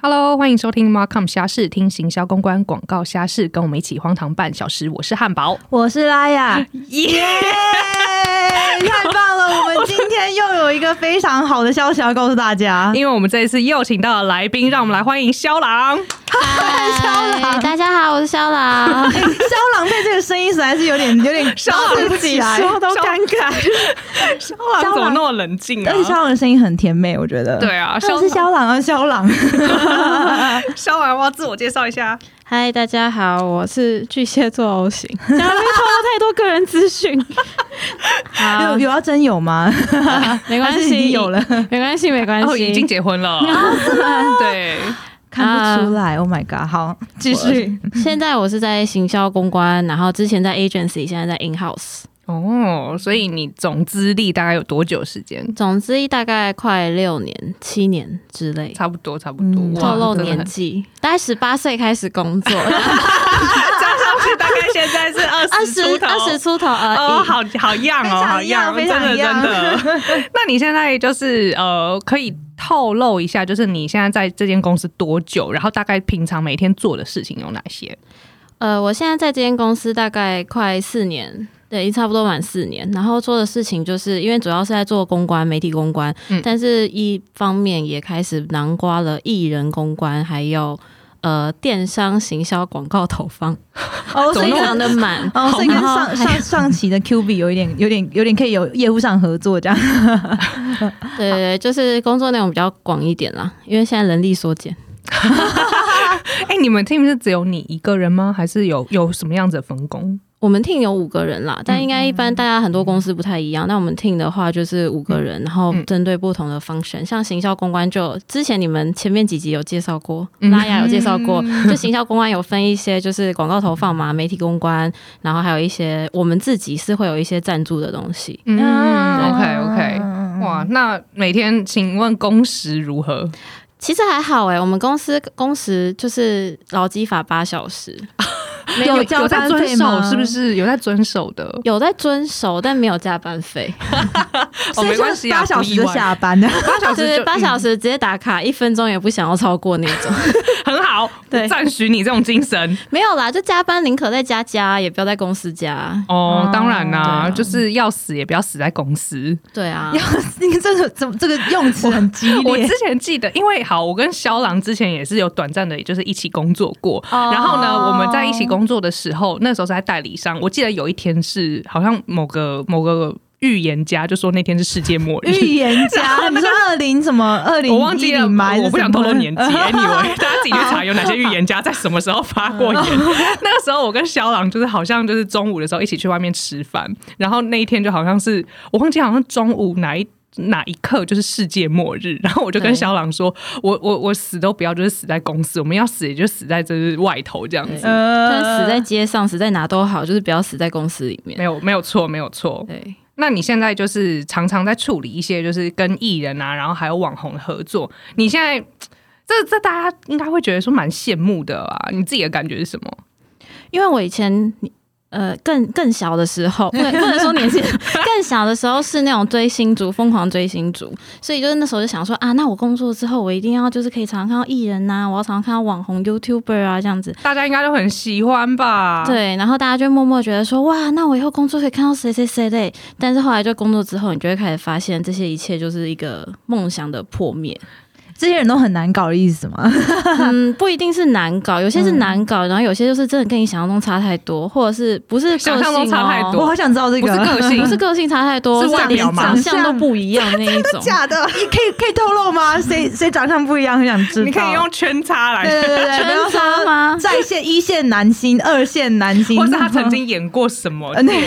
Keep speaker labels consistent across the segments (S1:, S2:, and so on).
S1: Hello，欢迎收听 Markham 虾事，听行销公关广告虾事，跟我们一起荒唐半小时。我是汉堡，
S2: 我是拉雅，哎
S1: 耶、
S2: 太棒了！我们今天又有一个非常好的消息要告诉大家。
S1: 因为我们这一次又请到了来宾，让我们来欢迎肖郎。
S2: 肖郎
S3: 嗨，大家好，我是肖郎。
S2: 肖郎配这个声音实在是有点有点
S1: 肖郎
S2: 高不起来，
S1: 说都尴
S2: 尬。
S1: 肖郎怎么那么冷静啊
S2: 而？且肖郎的声音很甜美，我觉得。
S1: 对啊，
S2: 我是肖郎啊，肖郎。
S1: 肖郎，要不要自我介绍一下？
S3: 嗨，大家好，我是巨蟹座 O 型， 讲了被透露太多个人资讯。好
S2: 有，有要真有吗？还
S3: 没关
S2: 是已经
S3: 系，
S2: 有了，
S3: 没关系，没关
S1: 哦，
S3: 系，
S1: 已经结婚了。 对，
S2: 看不出来。Oh my god！好，继续。
S3: 现在我是在行销公关，然后之前在 agency，现在在 in house，
S1: 哦，所以你总资历大概有多久时间？
S3: 总之大概快六年、七年之类。
S1: 差不多，差不多。
S2: 嗯
S1: 哇
S3: 透露
S1: 真的很
S3: 年纪，大概十八岁开始工 作，
S1: 加上去大概现在是二
S3: 二
S1: 十
S3: 十
S1: 出头，
S3: 二十出头而已。
S1: 哦，好好样
S2: 非
S1: 哦，
S2: 常
S1: 好样，
S2: 非
S1: 真
S2: 常
S1: 的真
S2: 样
S1: 的。 那你现在就是呃，可以透露一下，就是你现在在这间公司多久？然后大概平常每天做的事情有哪些？
S3: 呃，我现在在这间公司大概快四年，对，差不多满四年。然后做的事情就是，因为主要是在做公关、媒体公关，
S1: 嗯
S3: 但是一方面也开始囊括了艺人公关，还有呃电商行销、广告投放，
S2: 哦，
S1: 怎么
S2: 所
S3: 非
S2: 以
S1: 那么
S3: 常的满。
S2: 哦，所以跟
S3: 然后
S2: 上
S3: 还
S2: 上
S3: 有
S2: 上期的 Q B 有一点有点有点可以有业务上合作这样。
S3: 对对对，就是工作内容比较广一点啦，因为现在人力缩减。
S1: 哎、你们 team 是只有你一个人吗？还是有有什么样子的分工？
S3: 我们 team 有五个人啦，但应该一般大家很多公司不太一样。那我们 team 的话就是五个人，然后针对不同的 function，、像行销公关就之前你们前面几集有介绍过，拉雅有介绍过，就行销公关有分一些就是广告投放嘛、媒体公关，然后还有一些我们自己是会有一些赞助的东西。
S1: 嗯
S2: 嗯
S1: ，OK OK。
S2: 嗯
S1: 哇，那每天请问工时如何？
S3: 其实还好欸诶、我们公司工时就是劳基法八小时，
S2: 没
S1: 有
S2: 交
S1: 有在
S2: 班
S1: 遵
S2: 费吗
S1: 守是不？是？有在遵守的？
S3: 有在遵守，但没有加班费，
S1: 哦，
S2: 所以
S1: 没
S2: 就
S1: 关系啊，
S2: 八小时
S1: 不意
S2: 就
S1: 外
S2: 下班了。
S1: 八小
S3: 就
S1: 时
S3: 是
S1: 就
S3: 八小时直接打卡，一分钟也不想要超过那种。
S1: 很好，
S3: 对
S1: 赞许你这种精神。
S3: 没有啦，就加班宁可在家加，也不要在公司加。
S1: 哦
S2: 哦，
S1: 当然啦、
S3: 对啊
S1: 就是要死也不要死在公司。
S3: 对啊，
S2: 你这个怎么这个用词很激
S1: 我
S2: 烈
S1: 之？前记得，因为好，我跟肖郎之前也是有短暂的，就是一起工作过。
S3: 哦
S1: 然后呢，我们在一起工作的时候，那时候是在代理商。我记得有一天是好像某个某个预言家就说那天是世界 末
S2: 预
S1: 日。
S2: 言家，你说二零什么二零
S1: 我忘记
S2: 一
S1: 了，
S2: 零吗？还是
S1: 我不想
S2: 什
S1: 透
S2: 么
S1: 露 年纪。Anyway，大家 自己去查有哪些预言家在什么时候发过言。那个时候我跟肖郎就是好像就是中午的时候一起去外面吃饭，然后那一天就好像是我忘记好像中午哪一。哪一刻就是世界末日？然后我就跟
S3: 对
S1: 肖郎说：“我我我死都不要，就是死在公司，我们要死也就死在就是外头这样子。
S3: 但
S2: 呃
S3: 死在街上，死在哪都好，就是不要死在公司里” 面
S1: 没。有没有错，没有错。
S3: 对，
S1: 那你现在就是常常在处理一些就是跟艺人啊，然后还有网红的合作。你现在这这大家应该会觉得说蛮羡慕的啊。你自己的感觉是什么？
S3: 因为我以前呃更更小的时候，不 能不能说年纪更小的时候是那种追星族，疯狂追星族，所以就是那时候就想说啊，那我工作之后我一定要就是可以常常看到艺人啊呐、我要常常看到网红 YouTuber 啊这样子。
S1: 大家应该都很喜欢吧？，
S3: 对，然后大家就默默觉得说，哇，那我以后工作可以看到谁谁谁嘞。但是后来就工作之后，你就会开始发现，这些一切就是一个梦想的 破灭。
S2: 这些人都很难搞的意思吗？
S3: 嗯，不一定是难搞，有些是难搞，然后有些就是真的跟你想象中差太多，或者是不是个性、
S1: 想
S3: 哦、
S1: 象中差太多
S2: 我好想知道这
S1: 不是
S2: 个。
S1: 个性，
S3: 不是个性差太多，
S1: 是外
S3: 连
S1: 表吗
S3: 长相都不一样那一 种。
S2: 假的，你可以可以透露吗？谁谁长相不一样？很想知道。
S1: 你可以用圈叉来
S2: 对。对对 对，
S3: 穿插吗？
S2: 在线一线男星，二线男星，
S1: 或是他曾经演过什么
S2: 呃？对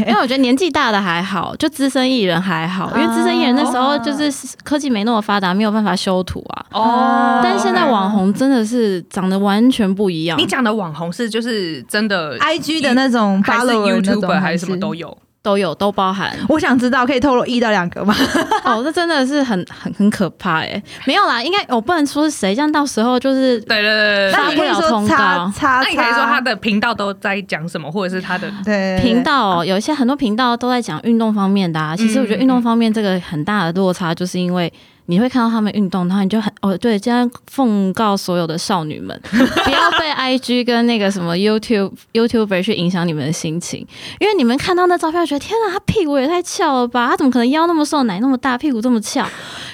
S3: 因为我觉得年纪大的还好，就资深艺人还好，因为资深艺人那时候就是科技没那么发达，没有办法修图啊。
S1: 哦
S3: 但是现在网红真的是长得完全不一样，
S1: 你讲的网红是就是真的，
S2: ，IG 的那种
S1: 还是
S2: follower 那种
S1: YouTuber 还是什么都有。
S3: 都有都 包含
S2: 我想知道，可以透露一到两个吗？
S3: 哦，这真的是很很很可怕哎、没有啦，应该我不能说是谁，这样到时候就是
S1: 对对对对对
S3: 那
S2: 那
S3: 你
S2: 你
S3: 可
S2: 可
S3: 以
S2: 以
S3: 说
S2: 说
S3: 插
S2: 叉叉，
S1: 那你可以说他的频道都在讲什么，或者是他的
S2: 对嗯
S3: 频道、哦、有一些很多频道都在讲运动方面的啊。其实我觉得运动方面这个很大的落差，就是因为你会看到他们运动，然后你就很哦，对，这样奉告所有的少女 们，不要被 IG 跟那个什么 YouTube YouTuber 去影响你们的心情，因为你们看到那照片，觉得天啊，他屁股也太翘了吧，他怎么可能腰那么瘦，奶那么大，屁股这么翘？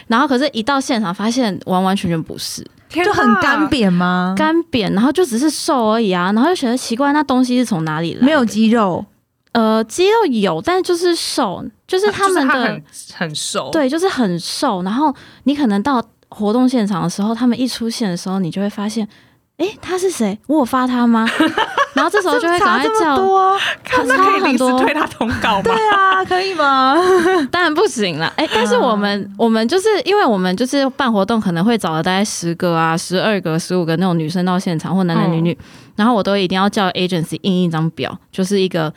S3: 然后可是，一到现场发现完完全全不是，
S1: 天
S2: 就很
S1: 哪
S2: 干瘪吗？
S3: 干扁，然后就只是瘦而已啊，然后就觉得奇怪，那东西是从哪里来？
S2: 没有肌肉，
S3: 呃，肌肉有，但就是瘦，就是他们的、
S1: 啊就是很很熟，，
S3: 对，就是很瘦。然后你可能到活动现场的时候，他们一出现的时候，你就会发现，诶，他是谁？我有发他吗？然后这时候就会赶
S2: 差
S3: 快
S2: 这么
S3: 叫，
S2: 多，
S1: 看那可以临
S3: 差很
S1: 时
S3: 多
S1: 推他通告吗？
S2: 对啊，可以吗？
S3: 当然不行了。诶，哎但是我们我们就是因为我们就是办活动，可能会找了大概十个啊、十二个、十五个那种女生到现场，或男男女女，然后我都一定要叫 agency 印一张表，就是一个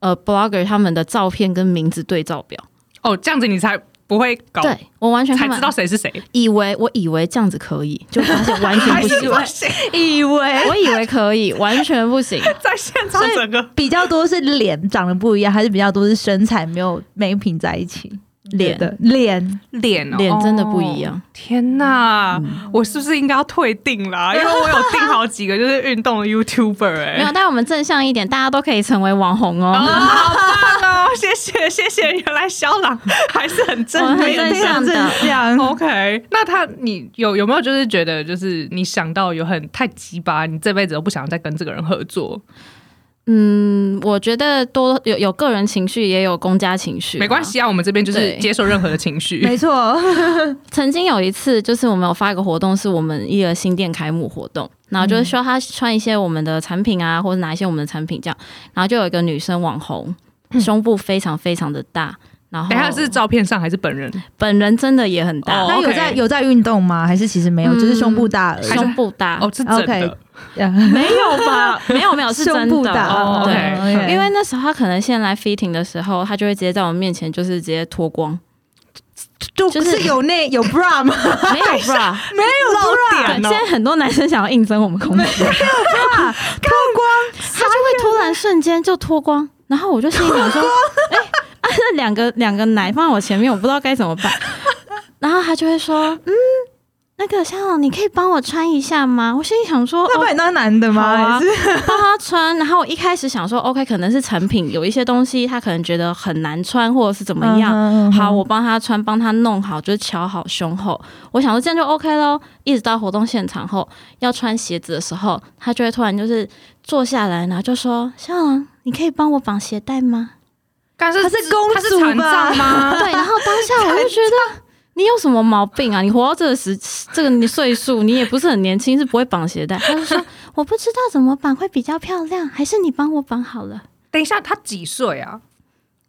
S3: 呃 blogger 他们的照片跟名字对照表。
S1: 哦，这样子你才不会搞，
S3: 对我完全
S1: 才
S3: 看不
S1: 知道谁是谁，
S3: 以为我以为这样子可以，就发现完全
S1: 还
S3: 不
S1: 是
S3: 行。哎
S1: 不行，
S2: 以为
S3: 我以为可以，完全不行。
S1: 在现场整个
S2: 比较多是脸长得不一样，还是比较多是身材没有没拼在一起？
S3: 脸
S2: 的脸，
S1: 脸哦
S3: 脸真的不一。样，嗯
S1: 天哪，我是不是应该要退订 啦？因为我有订好几个就是运动的 YouTuber 哎、
S3: 没有。但我们正向一点，大家都可以成为网红
S1: 哦
S3: 哦。
S1: 好棒哦！谢谢谢谢，原来肖朗还是很正
S3: 我很
S1: 面的
S3: 正
S2: 非常
S3: 向的
S2: 正 向。
S1: OK，那他你有有没有就是觉得就是你想到有很太鸡巴，你这辈子都不想再跟这个人合作，
S3: 嗯，我觉得多有有个人情绪，也有公家情绪，
S1: 没关。系啊，我们这边就是
S3: 对
S1: 接受任何的情 绪。
S2: 没错，
S3: 曾经有一次，就是我们有发一个活动，是我们一个新店开幕活动，然后就是需要他穿一些我们的产品啊，或者拿一些我们的产品这样。然后就有一个女生网红，胸部非常非常的大，
S2: 哦
S3: 然后
S1: 嗯等一下是照片上还是本人？
S3: 本人真的也很大，
S1: 哦
S2: 那有
S1: OK
S2: 在有在运动吗？还是其实没有，
S3: 嗯
S2: 只是胸部大而
S1: 还是
S3: 胸部大
S1: 哦，是真的
S2: 啊 OK，已。
S3: 没有吧？没有没有，是
S2: 胸
S3: 真
S2: 部
S3: 的
S2: 大，
S1: 哦
S3: 对。
S1: OK，
S2: OK
S3: 因为那时候他可能先来 fitting 的时候，他就会直接在我面前就是直接脱光，
S2: 就
S3: 就是
S2: 是有内有 bra 吗？
S3: 没有
S2: 哎
S3: bra。
S2: 没有
S1: 露
S2: bra，
S3: 对，
S1: 点
S3: 现
S1: 哦。
S3: 在很多男生想要应征我们公
S2: 脱
S3: 司，
S2: 光，
S3: 他就会突然瞬间就脱光，然后我就心里想说，哎、啊，那两个两个奶放在我前面，我不知道该怎么 办。然后他就会说，嗯，那个香港，你可以帮我穿一下吗？我心里想说，
S2: 那
S3: 哦
S2: 把，你当男的
S3: 好
S2: 吗？
S3: 啊
S2: 还是
S3: 帮他穿。然后我一开始想说，OK，可能是产品有一些东西他可能觉得很难穿，或者是怎么样。
S2: 样
S3: 好，我帮他穿，帮他弄好，就是瞧好胸后。我想说这样就 OK 咯。一直到活动现场后，要穿鞋子的时候，他就会突然就是坐下来，然后就说：“向阳，你可以帮我绑鞋带吗
S1: 但是
S2: 她是公主吧
S1: 她是残障？” 吗？
S3: 对，然后当下我就觉得。你有什么毛病啊？你活到这个时这个岁数，你也不是很年轻，是不会绑鞋带。他就说我不知道怎么绑会比较漂亮，还是你帮我绑好了。
S1: 等一下，她几岁啊？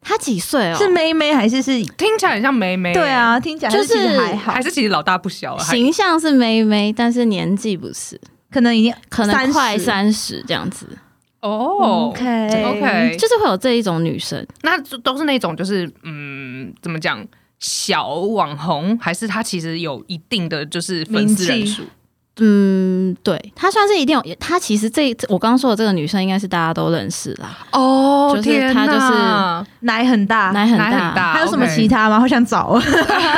S3: 他几岁哦？
S2: 是妹妹还是是？
S1: 听起来很像梅梅。
S2: 对，啊，听起来
S3: 就
S2: 其实
S3: 是
S2: 还好
S1: 还，是其实老大不小了。哦啊还
S3: 形象是妹妹，但是年纪不是，
S2: 可能已经
S3: 可能快
S2: 30
S3: 三十这样子。嗯
S1: 哦
S3: 哎
S2: OK
S1: OK，
S3: 就是会有这一种女生，
S1: 那都是那种就是嗯，怎么讲？小网红还是她其实有一定的就是粉丝人数，
S3: 嗯，对，她算是一定有，她其实这我刚说的这个女生应该是大家都认识啦，
S1: 哦
S3: 就是她
S1: 哪
S2: 奶很大，
S3: 奶很
S1: 奶很
S3: 大，
S1: 大，
S2: 还有什么
S1: OK
S2: 其他吗？好想找哦。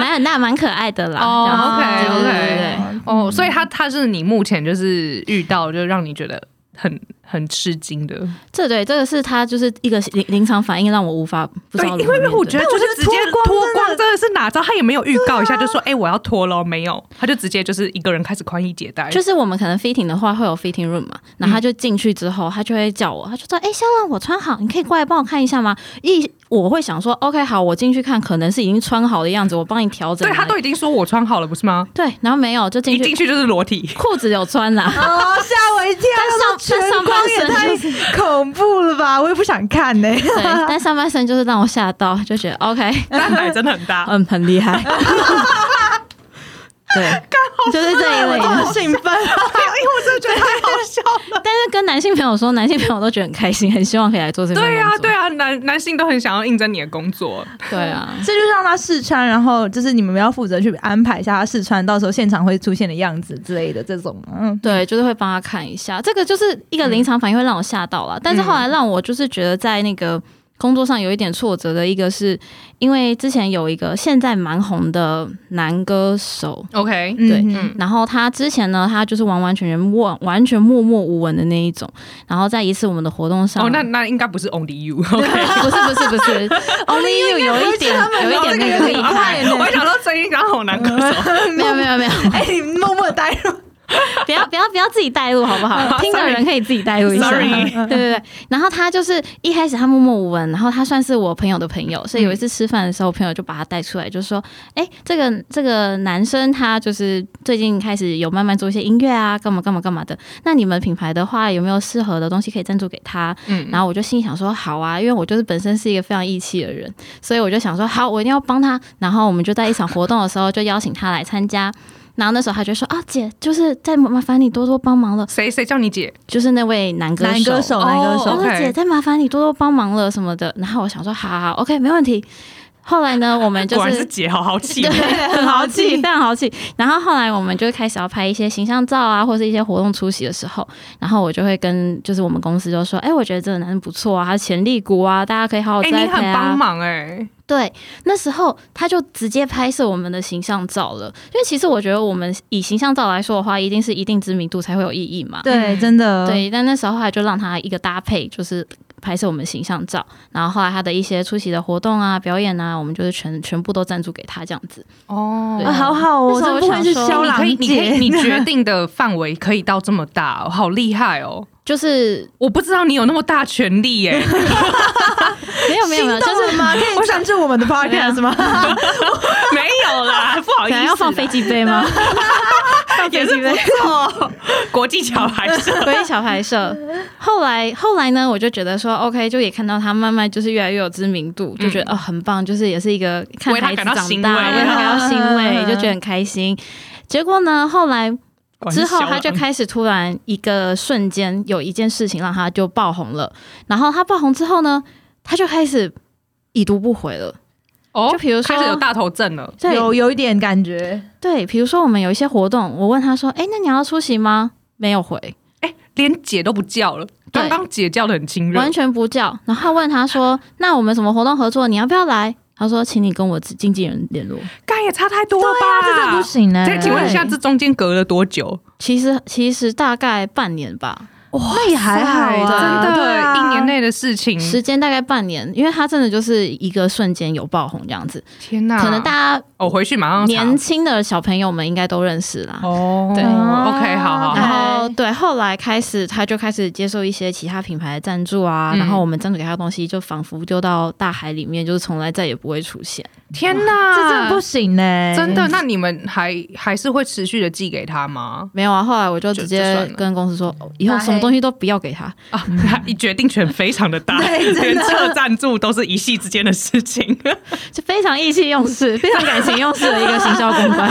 S3: 奶很大，蛮可爱的啦。
S1: 哦
S3: 然后
S1: OK，
S2: 啊
S3: 对对
S1: OK
S3: 对对对，
S2: 嗯
S1: 哦，所以他他是你目前就是遇到就让你觉得很很吃惊的，
S3: 这对这个是她就是一个临临场反应，让我无法不知道
S1: 因为
S3: 如何
S1: 我
S3: 面
S1: 觉
S3: 对
S1: 得
S2: 但
S1: 就
S2: 我觉
S1: 是
S2: 得
S1: 直接
S2: 脱光
S1: 脱
S2: 真的啊
S1: 光真的是哪招，他也没有预告一下就说哎、我要脱喽，没有，他就直接就是一个人开始宽衣解带，
S3: 就是我们可能 fitting 的话会有 fitting room 嘛，然后
S1: 嗯
S3: 他就进去之后，他就会叫我，他就说：“哎、肖浪，我穿好，你可以过来帮我看一下吗？”一我会想说：“OK，好，我进去看，可能是已经穿好的样子，我帮你调整
S1: 对
S3: 哪
S1: 他
S3: 里。”
S1: 都已经说我穿好了不是吗？
S3: 对，然后没有就
S1: 一
S3: 进
S1: 进
S3: 去，
S1: 去就是裸体，
S3: 裤子有穿啦。
S2: 哦，吓我一跳！
S3: 但上
S2: 全光也
S3: 但上半
S2: 太
S3: 身
S2: 恐怖了吧，我也不想看呢、
S3: 对，但上半身就是让我吓到，就觉得 OK，
S1: 但奶真的很大，
S3: 嗯，很厉 害。对，就是这一类
S2: 我好
S3: 的。
S2: 兴奋，啊
S1: 因为我真的觉得太好笑了。
S3: 但是跟男性朋友说，男性朋友都觉得很开心，很希望可以来做这份
S1: 对
S3: 工
S1: 啊，
S3: 作
S1: 对啊，男男性都很想要应征你的工作，
S3: 对啊，
S2: 这就让他试穿，然后就是你们要负责去安排一下他试穿，到时候现场会出现的样子之类的这种，嗯，
S3: 对，就是会帮他看一下。这个就是一个临场反应，会让我吓到了。但是后来让我就是觉得在那个工作上有一点挫折的，一个是因为之前有一个现在蛮红的男歌手，
S1: OK，
S3: 对
S2: 嗯
S1: 嗯
S3: 然后他之前呢，他就是完完全全默完全默默无闻的那一种，然后在一次我们的活动上，
S1: 哦，那那应该不是 Only You。OK，
S3: 不是不是不是，Only You 有一点有一点嗯那 个厉害，
S1: 我还想说声音刚好男歌手，
S3: 没有没有没有，
S2: 嗯 哎，你默默呆入，
S3: 不要不要不要自己带入好不好？听的人可以自己带入一下。
S1: 嗯 Sorry
S3: 对对对。然后他就是一开始他默默无闻，然后他算是我朋友的朋友，所以有一次吃饭的时候，我朋友就把他带出来，就说：“哎、这个这个男生他就是最近开始有慢慢做一些音乐啊，干嘛干嘛干嘛的。那你们品牌的话，有没有适合的东西可以赞助给他？”
S1: 嗯
S3: 然后我就心里想说：“好啊，因为我就是本身是一个非常义气的人，所以我就想说，好，我一定要帮他。然后我们就在一场活动的时候，就邀请他来参加。然后那时候他就说：“啊，姐，就是再麻烦你多多帮忙了。
S1: 谁谁叫你姐？”
S3: 就是那位男歌手，
S2: 男歌手，男歌
S3: 我
S1: 哦
S2: 手，
S3: 说：“
S1: ，OK
S3: 姐，再麻烦你多多帮忙了什么的。”然后我想说：“好好好，OK，没问题。”后来呢，我们 就
S1: 果然
S3: 是
S1: 是姐，好好气哦
S3: 对，。很豪气，
S2: 很豪气
S3: 非常豪气。然后后来我们就开始要拍一些形象照啊，或是一些活动出席的时候，然后我就会跟就是我们公司就说，哎、我觉得这个男生不错啊，他潜力股啊，大家可以好好
S1: 哎，
S3: 栽
S1: 你很
S3: 培
S1: 帮
S3: 啊。
S1: 忙哎，
S3: 对，那时候他就直接拍摄我们的形象照了，因为其实我觉得我们以形象照来说的话，一定是一定知名度才会有意义嘛。
S2: 对，
S1: 嗯
S2: 真的，，
S3: 对，但那时候后来就让他一个搭配，就是拍摄我们形象照，然后后来他的一些出席的活动啊、表演啊，我们就是全全部都赞助给他这样子。
S1: 哦
S3: 对
S2: 啊，好好哦，
S3: 那时候
S2: 这不
S3: 我想
S2: 愧是
S3: 说
S2: 肖
S1: 嗯你
S2: 郎
S1: 可以，你可
S2: 姐，
S1: 以，你决定的范围可以到这么大哦，好厉害哦！
S3: 就是
S1: 我不知道你有那么大权利耶，
S3: 没有没有没有，就
S2: 心动了
S3: 是
S2: 吗？可以赞助我们的 podcast 吗？
S1: 没有啦，不好意
S3: 想
S1: 思，
S3: 要放飞机杯吗？ 放
S1: 也
S3: 飞
S1: 是
S3: 机
S1: 不
S3: 杯。
S1: 错，国际桥牌社。
S3: 所以小拍摄，后来后来呢，我就觉得说，OK，就也看到他慢慢就是越来越有知名度，就觉得、哦很棒，就是也是一个看
S1: 嗯为他
S3: 孩子
S1: 感到
S3: 长
S1: 欣
S3: 大，
S1: 慰
S3: 为他感到欣慰，
S2: 嗯
S3: 就觉得很 开心。结果呢，后来之后，他就
S1: 开。
S3: 开始突然一个瞬间有一件事情让他就爆红了，然后他爆红之后呢，他就开始已读不回了。
S1: 哦，
S3: 就比如说
S1: 开始有大头症了，
S3: 对
S2: 有有一点感觉，
S3: 对，比如说我们有一些活动，我问他说：“哎、那你要出席吗？”没有回，
S1: 哎、连姐都不叫了，刚
S3: 对
S1: 刚姐叫的很亲热
S3: 完，全不叫。然后问 他说：“那我们什么活动合作？你要不要来？”他说：“请你跟我经纪人联络。
S1: 干也差太多了
S2: 啊
S1: 吧？
S2: 行呢
S1: 啊这请问一下，这中间隔了多久？”
S3: 其实其实大概半年吧，
S2: 那也还好啊，
S1: 真
S2: 对
S1: 的，
S2: 啊
S1: 一年内的事情，
S3: 时间大概半年，因为他真的就是一个瞬间有爆红这样子。
S1: 天哪！哦
S3: 可能大家
S1: 我、回去马上查
S3: 年轻的小朋友们应该都认识啦。
S1: 哦，
S3: 对啊
S1: ，OK，好好
S3: 然
S1: 好，
S2: 哎
S3: 后对，后来开始他就开始接受一些其他品牌的赞助啊，
S1: 嗯
S3: 然后我们赞助给他的东西就仿佛丢到大海里面，就是从来再也不会出现。
S1: 天哪，
S2: 啊这真的不行呢，
S1: 真的，那你们还还是会持续的寄给他吗？
S3: 没有啊，后来我就
S1: 就
S3: 直
S1: 就
S3: 接
S1: 算了
S3: 跟公司说，哦以后
S2: 拉黑
S3: 什么东西都不要给他。
S1: 啊， 他决定权非常的 大，
S2: 对真的
S1: 连撤赞助都是一系之间的事 情。
S3: 就非常意气用事、非常感情用事的一个行销公关。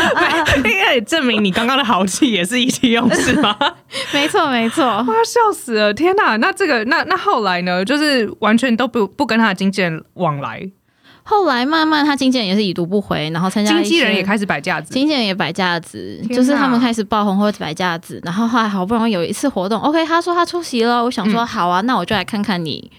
S1: 应该也证明你刚刚的豪气也是意气用事吧？
S3: 没错，没 错。
S1: 哇，笑死了！天哪，那这个那那后来呢？就是完全都不不跟他的经纪人往来，
S3: 后来慢慢，他经纪人也是已读不回，然后参加
S1: 经
S3: 一
S1: 纪人
S3: 些
S1: 也开始摆架子。
S3: 经纪人也摆架子，
S1: 天哪
S3: 就是他们开始爆红或者摆架子，然后后来好不容易有一次活动，OK，他说他出席了，我想说、好啊，那我就来看看你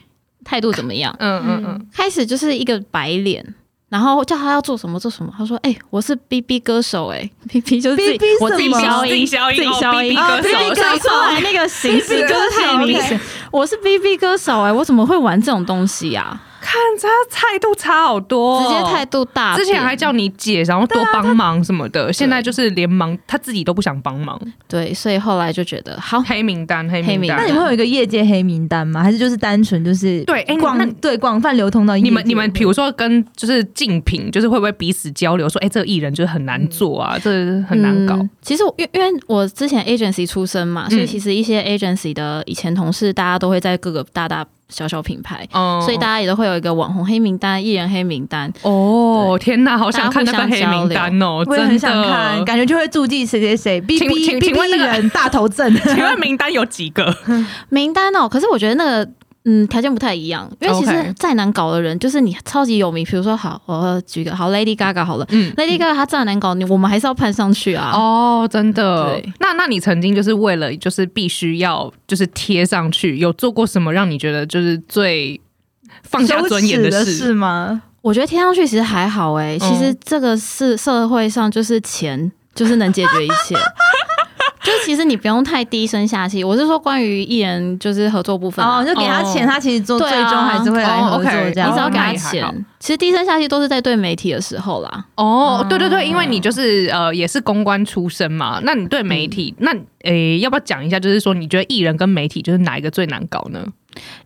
S3: 态度怎么样。
S1: 嗯嗯嗯，
S3: 开始就是一个白脸，然后叫他要做什么做什么，他说：“哎、我是 B B 歌手、哎，B B 就是自己
S2: BB
S3: 我自己
S2: 什么
S3: 消
S1: 自己
S3: 音，
S1: 消音
S3: 自己
S1: 哦
S3: 消音
S1: BB
S3: 啊
S1: 歌手
S3: ，BB
S2: 上
S3: 出来那个形式
S2: BB
S3: 就
S2: 歌
S3: 是
S2: 手
S3: 太明显。我是 B B 歌手、哎，我怎么会玩这种东西呀、
S1: 看他态度差好多哦、
S3: 直接态度大变，啊
S1: 之前还叫你姐，然后多帮忙什么的，现在就是连忙他自己都不想帮忙，
S3: 对，所以后来就觉得好，
S1: 黑名单，黑
S3: 哦黑
S1: 名
S3: 名
S1: 单。
S2: 那你们会有一个业界黑名单吗？还是就是单纯就是
S1: 对哎那
S2: 广对广泛流通到业界
S1: 你们你们比如说跟就是竞品，就是会不会彼此交流说，哎、这个艺人就是很难做啊，这很难搞。嗯
S3: 嗯其实我因因为我之前 agency 出身嘛，所以其实一些 agency 的以前同事，大家都会在各个大大小小品牌。
S1: 嗯
S3: 所以大家也都会有一个网红黑名单、艺人黑名单，
S1: 哦，天哪，好想看那份黑名单哦，
S2: 我
S1: 真
S2: 也
S1: 的
S2: 很想看，感觉就会注记谁谁谁 B
S1: 请
S2: B
S1: 请
S2: B
S1: 请问
S2: B
S1: 那个
S2: 人大头症，
S1: 请问名单有几个？
S3: 名单哦。可是我觉得那个嗯条件不太一样，因为其实
S1: 哦 OK
S3: 再难搞的人，就是你超级有名，比如说好，我举个好 Lady Gaga 好了、
S1: 嗯
S3: l a d y Gaga 她再难搞，你我们还是要攀上去啊。
S1: 哦，真的
S3: 对。
S1: 那那你曾经就是为了就是必须要就是贴上去，有做过什么让你觉得就是最放下尊严
S2: 羞耻的
S1: 事。
S2: 吗？
S3: 我觉得听上去其实还好哎、其实
S1: 嗯
S3: 这个是社会上就是钱就是能解决一切。 就其实你不用太低声下气，我是说关于艺人就是合作部分啊、
S2: 哦，就给他钱，
S1: 哦
S2: 他其实做
S3: 对
S2: 最
S3: 啊
S2: 终还是会来合
S1: 哦
S2: 作
S1: ，OK，你
S2: 这样。
S3: 你只要给
S1: 哦那
S3: 他
S1: 也还好
S3: 钱，其实低声下气都是在对媒体的时候啦。
S1: 哦，对对对，因为你就是呃，也是公关出身嘛，那你对媒体，那诶、要不要讲一下？就是说，你觉得艺人跟媒体，就是哪一个最难搞呢？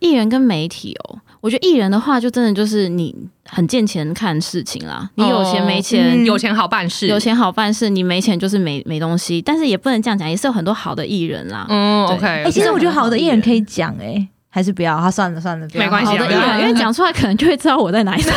S3: 艺人跟媒体哦，我觉得艺人的话就真的就是你很见钱看事情啦，你有钱没钱，
S1: 哦嗯有钱好办事，
S3: 有钱好办事，你没钱就是没没东西。但是也不能这样讲，也是有很多好的艺人啦。
S1: 嗯
S3: 对
S1: ，OK，
S2: 哎、其实我觉得好的艺人可以讲，哎，还是不要，他算了算了，不要
S1: 没关系
S3: 好
S1: 啊
S3: 的艺
S1: 没关
S3: 人，
S1: 系
S3: 因为讲出来可能就会知道我在哪一种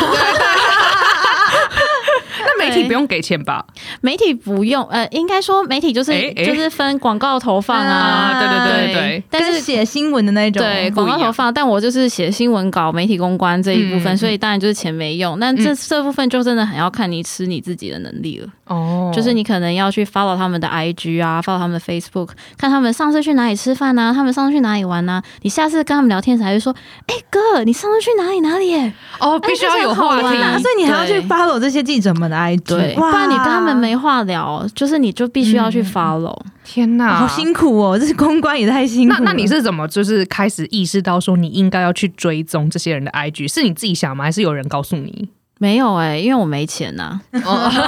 S1: 那媒体不用给钱吧？
S3: 媒体不用，呃，应该说媒体就是、
S1: 诶诶
S3: 就是分广告投放啊，
S2: 啊
S1: 对 对对对，
S3: 但
S2: 跟
S3: 是
S2: 写新闻的那种，
S3: 对
S1: 不
S3: 广
S1: 一样
S3: 告投放，但我就是写新闻稿、媒体公关这一部分，
S1: 嗯嗯
S3: 所以当然就是钱没用。但这、
S1: 嗯
S3: 这部分就真的很要看你吃你自己的能力了，
S1: 哦
S3: 就是你可能要去 follow 他们的 IG 啊，follow 他们的 Facebook，看他们上次去哪里吃饭啊，他们上次去哪里玩啊。你下次跟他们聊天才会说，哎、哥，你上次去哪里哪里、耶
S1: 哦，必须要有话
S3: 哎这
S1: 题
S3: 样好
S2: 啊，
S3: 玩
S2: 所以你还要去
S3: 对
S2: follow 这些记者们的 IG，
S3: 对，不
S2: 哇
S3: 然你跟他们没话聊，就是你就必须要去
S1: 嗯
S3: follow。
S1: 天哪，
S2: 好辛苦哦，这是公关也太辛苦
S1: 那
S2: 了。
S1: 啊那你是怎么就是开始意识到说你应该要去追踪这些人的 IG？是你自己想吗？还是有人告诉你？
S3: 没有哎、因为我没钱呐、
S1: 哦
S3: 其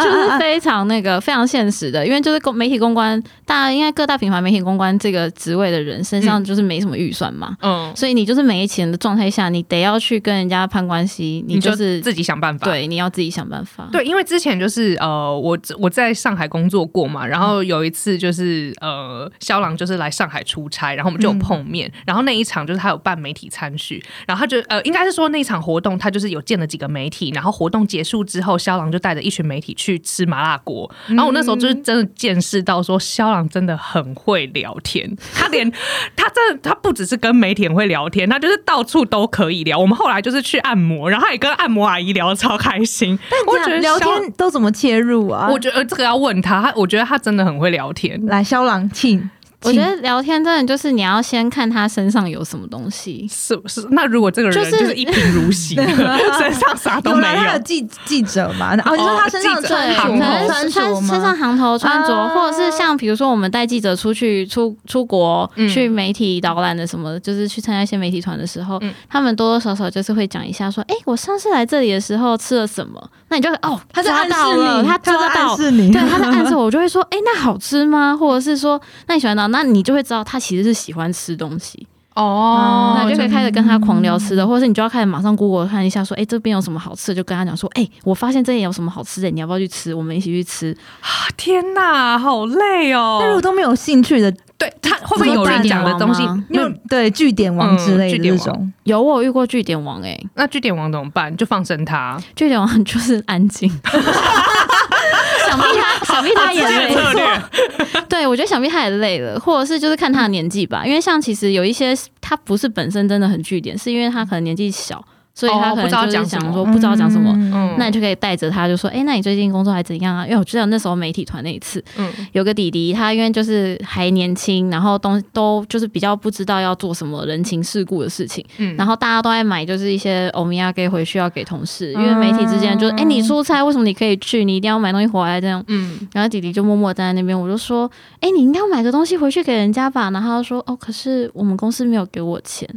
S3: 实 就是非常那个非常现实的，因为就是公媒体公关，大家应该各大品牌媒体公关这个职位的人身上就是没什么预算嘛，
S1: 嗯，
S3: 所以你就是没钱的状态下，你得要去跟人家攀关系，
S1: 你
S3: 就
S1: 就是自己想办法。
S3: 对你要自己想办法。
S1: 对，因为之前就是呃，我我在上海工作过嘛，然后有一次就是呃，肖郎就是来上海出差，然后我们就有碰面，然后那一场就是他有办媒体参叙，然后他就呃，应该是说那一场活动他就是有见了几个媒体，然后活动结束之后，肖郎就带着一群媒体去吃麻辣锅，然后我那时候就是真的见识到说，肖郎真的很会聊天，他连他真的他不只是跟媒体很会聊天，他就是到处都可以聊。我们后来就是去按摩，然后他也跟按摩阿姨聊得超开心，我觉
S2: 这
S1: 得
S2: 样聊
S1: 肖
S2: 天都怎么切入啊？
S1: 我觉得呃这个要问他，他我觉得他真的很会聊天。
S2: 来肖朗庆，
S3: 我
S2: 请
S3: 觉得聊天真的就是你要先看他身上有什么东西，
S1: 是不是？那如果这个人
S3: 就
S1: 就是是一贫如洗， 身上啥都
S2: 有
S1: 没
S2: 啦，他有
S1: 有，
S2: 记记者嘛？哦，你说他身上
S1: 记者
S2: 穿着
S3: 可
S1: 行
S3: 能
S1: 头
S2: 穿
S3: 穿
S2: 着
S3: 身
S2: 吗
S3: 上行头穿着，
S2: 啊
S3: 或者是像比如说我们带记者出去出出国、
S1: 嗯
S3: 去媒体导览的什么的，就是去参加一些媒体团的时候，
S1: 嗯
S3: 他们多多少少就是会讲一下说，哎、我上次来这里的时候吃了什么，那你就哦，
S2: 他在
S3: 抓
S2: 暗
S3: 到
S2: 示
S3: 了，
S2: 你，
S3: 他
S2: 在
S3: 抓到
S2: 暗。示你，
S3: 对，他在暗示我，我就会说，哎、那好吃吗？或者是说，那你喜欢哪？那你就会知道他其实是喜欢吃东西，
S1: 哦
S3: 那你就可以开始跟他狂聊吃的，或者是你就要开始马上 Google 看一下，说，哎、这边有什么好吃的，就跟他讲说，哎、我发现这里有什么好吃的，你要不要去吃？我们一起去吃。
S1: 天哪，好累
S2: 但如果
S1: 哦。
S2: 都没有兴趣的，
S1: 对他会不会有人讲的东西
S3: 怎么办？
S1: 因
S2: 那
S1: 为
S2: 对据点王之类
S1: 嗯
S2: 的
S1: 据点
S2: 这
S1: 王
S2: 种，
S3: 有我有遇过据点王哎、
S1: 那据点王怎么办？就放生他。
S3: 据点王就是 安静。想必 他，想必他也累
S1: 策略
S3: 了。对，我觉得想必他也累了，或者是就是看他的年纪吧，因为像其实有一些他不是本身真的很据点，是因为他可能年纪小，所以他
S1: 哦
S3: 可能
S1: 不知道
S3: 就是
S1: 讲什么
S3: 想说不知道讲什么。
S1: 嗯
S3: 那你就可以带着他，就说，哎、那你最近工作还怎样啊？因为我知道那时候媒体团那一次，
S1: 嗯
S3: 有个弟弟，他因为就是还年轻，然后东都就是比较不知道要做什么人情世故的事情，
S1: 嗯
S3: 然后大家都在买就是一些欧米亚给回去要给同事，
S1: 嗯
S3: 因为媒体之间就是，哎、你出差为什么你可以去，你一定要买东西回来这样。
S1: 嗯，
S3: 然后弟弟就默默站在那边，我就说，哎、你应该要买个东西回去给人家吧。然后他就说，哦，可是我们公司没有给我钱。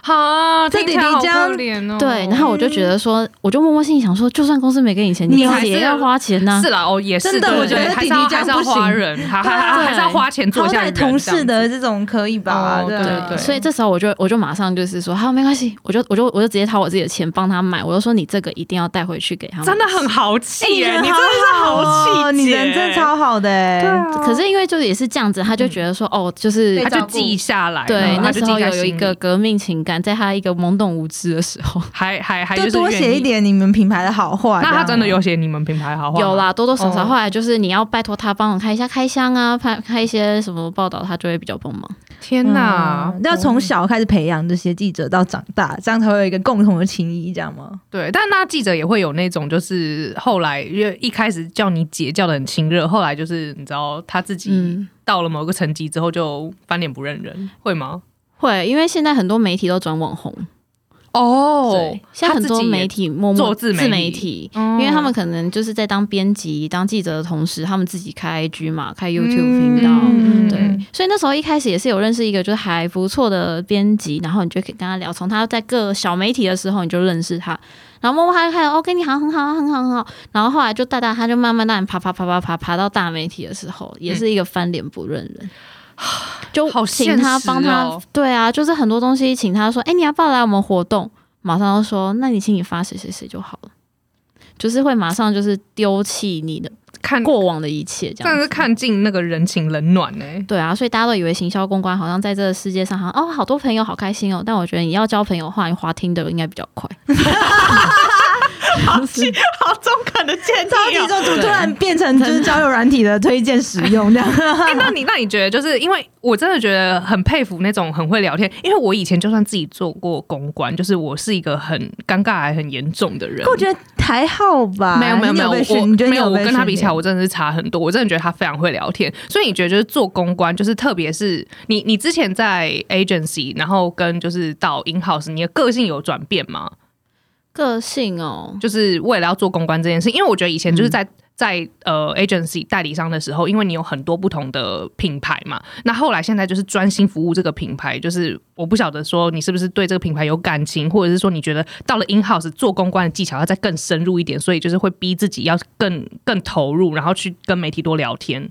S1: 好，
S2: 这
S1: 听起
S2: 弟
S1: 来
S2: 弟
S1: 好
S2: 这样
S1: 可怜哦。
S3: 对，然后我就觉得说，我就默默心里想说，就算公司没给你钱，
S2: 你
S3: 你自
S1: 还
S3: 己
S1: 是
S3: 也
S1: 要
S3: 要花钱啊呐、
S1: 是啦，哦，也是
S2: 真的
S1: 对
S2: 我觉得
S1: 对还是
S2: 弟弟
S1: 要
S2: 这样
S1: 还是要
S2: 不行
S1: 花人，还还还还是要花钱做
S2: 好
S1: 一下
S2: 歹
S1: 人
S2: 同
S1: 这
S2: 事
S1: 样
S2: 的这种可以吧？
S1: 哦
S2: 对啊
S1: 对对
S3: 嗯所以这时候我就我就马上就是说，好，没关系，我就我就我就直接掏我自己的钱帮他买，我就说你这个一定要带回去给他们。
S1: 真的很豪气耶、
S2: 哎
S1: 你真的是
S2: 好
S1: 豪
S2: 哦
S1: 气姐，
S2: 你人真的超好的哎、
S1: 对啊
S3: 可是因为就是也是这样子，他就觉得说，哦，就是
S1: 他
S2: 被照
S1: 就
S2: 顾
S1: 记下嗯来了，
S3: 对
S1: 他
S3: 那
S1: 就
S3: 时
S1: 记
S3: 候
S1: 在
S3: 有有一
S1: 心
S3: 个
S1: 里
S3: 革命情感，在他一个懵懂无知的时候，
S1: 还还还
S2: 就
S1: 就是
S2: 多
S1: 愿
S2: 写一
S1: 意。
S2: 点你们品牌的好话。
S1: 那他真的
S2: 有。
S1: 有写你们品牌好话？
S3: 有，啦，多多少少。
S1: 哦
S3: 后来就是你要拜托他帮我开一下开箱啊，拍开一些什么报道，他就会比较帮忙。
S1: 天哪！哦
S2: 嗯要从小开始培养这些记者到长大，这样才会有一个共同的情谊，这样吗？
S1: 对，但那记者也会有那种，就是后来因为一开始叫你姐叫的很亲热，后来就是你知道他自己
S3: 嗯，
S1: 到了某个层级之后就翻脸不认人，会吗？
S3: 会，因为现在很多媒体都转网红，
S1: 哦
S3: 对，，现在很多媒
S1: 体
S3: 体默默
S1: 做自媒体
S3: 体，
S1: 嗯
S3: 因为他们可能就是在当编辑、当记者的同时，他们自己开 IG 嘛，开 YouTube
S1: 嗯
S3: 频道。
S2: 嗯
S3: 对，所以那时候一开始也是有认识一个就是还不错的编辑，然后你就可以跟他聊，从他在各小媒体的时候你就认识他，然后默默他就看 OK 你好很好很好很好，然后后来就大大他就慢慢让你爬爬爬爬爬爬到大媒体的时候，也
S1: 嗯
S3: 是一个翻脸不认人。就
S1: 好
S3: 请他
S1: 现实
S3: 帮他，
S1: 哦
S3: 对啊，就是很多东西请他说，哎、你要不要来我们活动？马上就说，那你请你发谁谁谁就好了，就是会马上就是丢弃你的
S1: 看，
S3: 过往的一切，这样
S1: 但
S3: 子
S1: 是看尽那个人情冷暖呢、欸
S3: 对啊，所以大家都以为行销公关好像在这个世界上，好像哦，好多朋友好开心哦。但我觉得你要交朋友的话，你滑听的应该比较快。
S1: 好中肯的建 议
S2: 超级
S1: 哦
S2: 重组突然变成就是交友软体的推荐使用这样，
S1: 哎、那你那你觉得，就是因为我真的觉得很佩服那种很会聊天，因为我以前就算自己做过公关，就是我是一个很尴尬还很严重的人
S2: 可。我觉得还好吧。
S1: 没有没有
S2: 啊你
S1: 没有，
S2: 被训
S1: 我
S2: 你觉得你
S1: 没有我
S2: 被
S1: 跟他比
S2: 训
S1: 起来，
S2: 练
S1: 我真的是差很多。我真的觉得他非常会聊天，所以你觉得就是做公关，就是特别是你你之前在 agency，然后跟就是到 in house，你的个性有转变吗？
S3: 个性哦，
S1: 就是为了要做公关这件事，因为我觉得以前
S3: 嗯
S1: 就是在、在呃 agency 代理商的时候，因为你有很多不同的品牌嘛，那后来现在就是专心服务这个品牌，就是我不晓得说你是不是对这个品牌有感情，或者是说你觉得到了 in house 做公关的技巧要再更深入一点，所以就是会逼自己要更更投入，然后去跟媒体多聊天，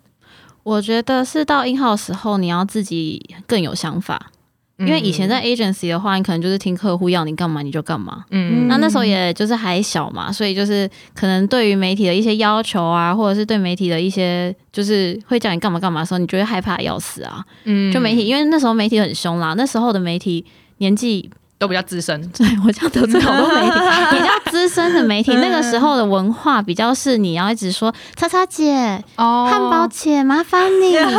S3: 我觉得是到 in house 后，你要自己更有想法。因为以前在 agency 的话，你可能就是听客户要你干嘛你就干嘛。
S1: 嗯
S3: 那那时候也就是还小嘛，所以就是可能对于媒体的一些要求啊，或者是对媒体的一些就是会叫你干嘛干嘛的时候，你就会害怕得要死啊。
S1: 嗯
S3: 就媒体，因为那时候媒体很凶啦，那时候的媒体年纪，
S1: 都比较资深，
S3: 对我这样得罪好多媒体， 比较资深的媒体，
S1: 嗯
S3: 那个时候的文化比较是你要一直说叉叉姐、
S1: 哦
S3: 汉堡姐，麻烦 你，然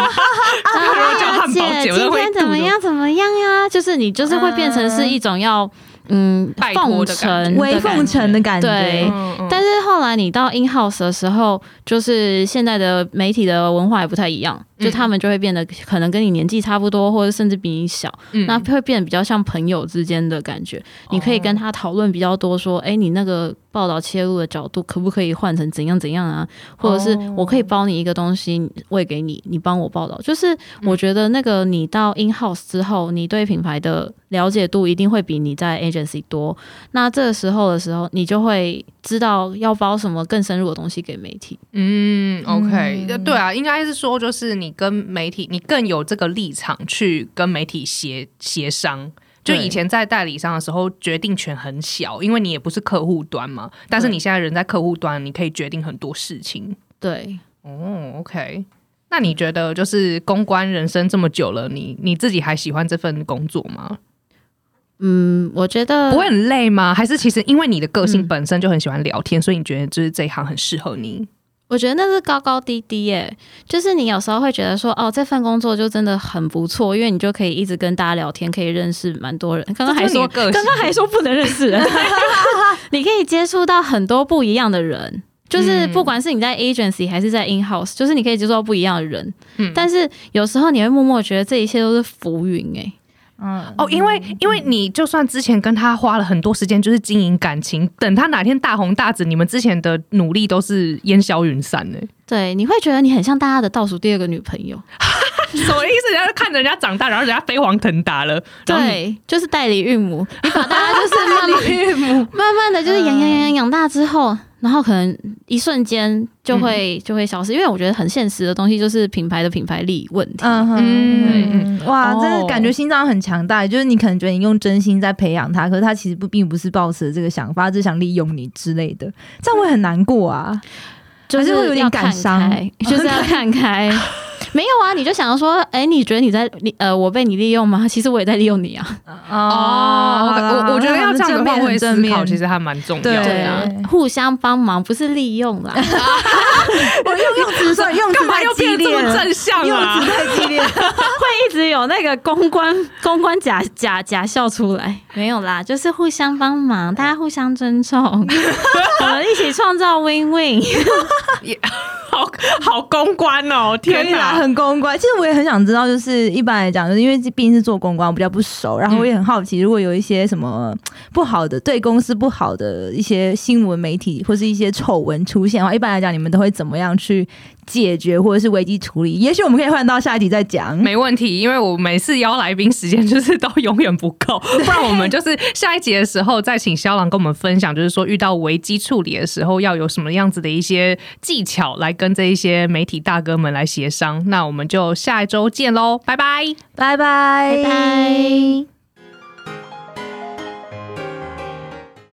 S3: 后
S1: 他又叫汉堡姐
S3: 姐
S1: 我都
S3: 今
S1: 会
S3: 天怎么
S1: 吐的
S3: 样怎么样啊？就是你就是会变成是一种要嗯
S1: 拜托
S3: 奉
S1: 的感觉
S3: 承的
S2: 微
S3: 感
S2: 奉承的感觉，
S3: 嗯对
S1: 嗯
S3: 但是后来你到 in house 的时候，就是现在的媒体的文化也不太一样，
S1: 嗯
S3: 就他们就会变得可能跟你年纪差不多，或者甚至比你小，
S1: 嗯
S3: 那会变得比较像朋友之间的感觉。你可以跟他讨论比较多，说，哎、你那个报道切入的角度可不可以换成怎样怎样啊？或者是
S1: 哦
S3: 我可以包你一个东西喂给你，你帮我报道。就是我觉得那个你到 in house 之后，你对品牌的了解度一定会比你在 agency 多。那这个时候的时候，你就会知道要包什么更深入的东西给媒体。
S1: 嗯，OK，那对啊，应该是说，就是你跟媒体，你更有这个立场去跟媒体协协商。就
S3: 对
S1: 以前在代理商的时候，决定权很小，因为你也不是客户端嘛。但是
S3: 对
S1: 你现在人在客户端，你可以决定很多事情。
S3: 对，
S1: 哦，OK，那
S3: 嗯
S1: 你觉得就是公关人生这么久了，你你自己还喜欢这份工作吗？
S3: 嗯，我觉得
S1: 不会很累吗？还是其实因为你的个性
S3: 嗯
S1: 本身就很喜欢聊天，所以你觉得就是这一行很适合你？
S3: 我觉得那是高高低低耶、就是你有时候会觉得说，哦，这份工作就真的很不错，因为你就可以一直跟大家聊天，可以认识蛮多人。刚刚还说，
S1: 这就是你的个
S3: 刚
S1: 性
S3: 刚还说不能认识 人，你可以接触到很多不一样的人。就是不管是你在 agency 还是在 in house，就是你可以接触到不一样的人，
S1: 嗯
S3: 但是有时候你会默默觉得这一切都是浮云哎、
S2: 嗯，
S1: 哦，因为因为你就算之前跟他花了很多时间，就是经营感情，等他哪天大红大紫，你们之前的努力都是烟消云散欸呢、
S3: 对，你会觉得你很像大家的倒数第二个女朋友，
S1: 什么意思？人家看着人家长大，然后人家飞黄腾达了，然后你
S3: 对，就是代理孕母，你把大家 就是慢慢
S1: 岳母，
S3: 慢慢的就是养养养养养大之后，然后可能一瞬间就会、就会消失，因为我觉得很现实的东西就是品牌的品牌力问题。
S2: 嗯哼
S1: 嗯
S2: 嗯嗯，哇，
S1: 哦
S2: 真的感觉心脏很强大。就是你可能觉得你用真心在培养他，可是他其实不并不是抱持这个想法，他只想利用你之类的，这样会很难过啊。
S3: 就
S2: 还是会有
S3: 是
S2: 点
S3: 要
S2: 感
S3: 看
S2: 伤
S3: 开， 就是要看 开。没有啊，你就想说，哎、你觉得你在你呃，我被你利用吗？其实我也在利用你啊。
S1: 哦，
S2: 好啦
S1: 我我觉得要这样的话，
S2: 很
S1: 我也
S2: 正
S1: 思
S2: 啊面
S1: 考，
S2: 很
S1: 其
S2: 正面
S1: 实还蛮重要
S2: 对
S1: 的
S3: 啊
S1: 啊。，
S3: 互相帮忙不是利用啦。
S2: 我用用词算用
S1: 干
S2: 词
S1: 嘛
S2: 太
S1: 又
S2: 激
S1: 变得
S2: 烈
S1: 这么 正向
S2: 用
S1: 啊
S2: 词！太激烈，
S3: 会一直有那个公关公关假假假笑出来，没有啦，就是互相帮忙，大家互相尊 重，我们一起创造 win win。
S1: 好好公关哦，
S2: 可
S1: 天
S2: 以啦，
S1: 哪！
S2: 很公关。其实我也很想知道，就是一般来讲，就是因为毕竟是做公关，我比较不熟，
S1: 嗯
S2: 然后我也很好奇，如果有一些什么不好的对公司不好的一些新闻媒体或是一些丑闻出现的话，一般来讲，你们都会怎么样去解决或者是危机处理？也许我们可以换到下一集再讲。
S1: 没问题，因为我每次邀来宾时间就是都永远不够，不然我们就是下一节的时候再请肖郎跟我们分享，就是说遇到危机处理的时候要有什么样子的一些技巧来跟这一些媒体大哥们来协商。那我们就下一周见喽，拜拜。
S2: 拜拜，
S3: 拜拜。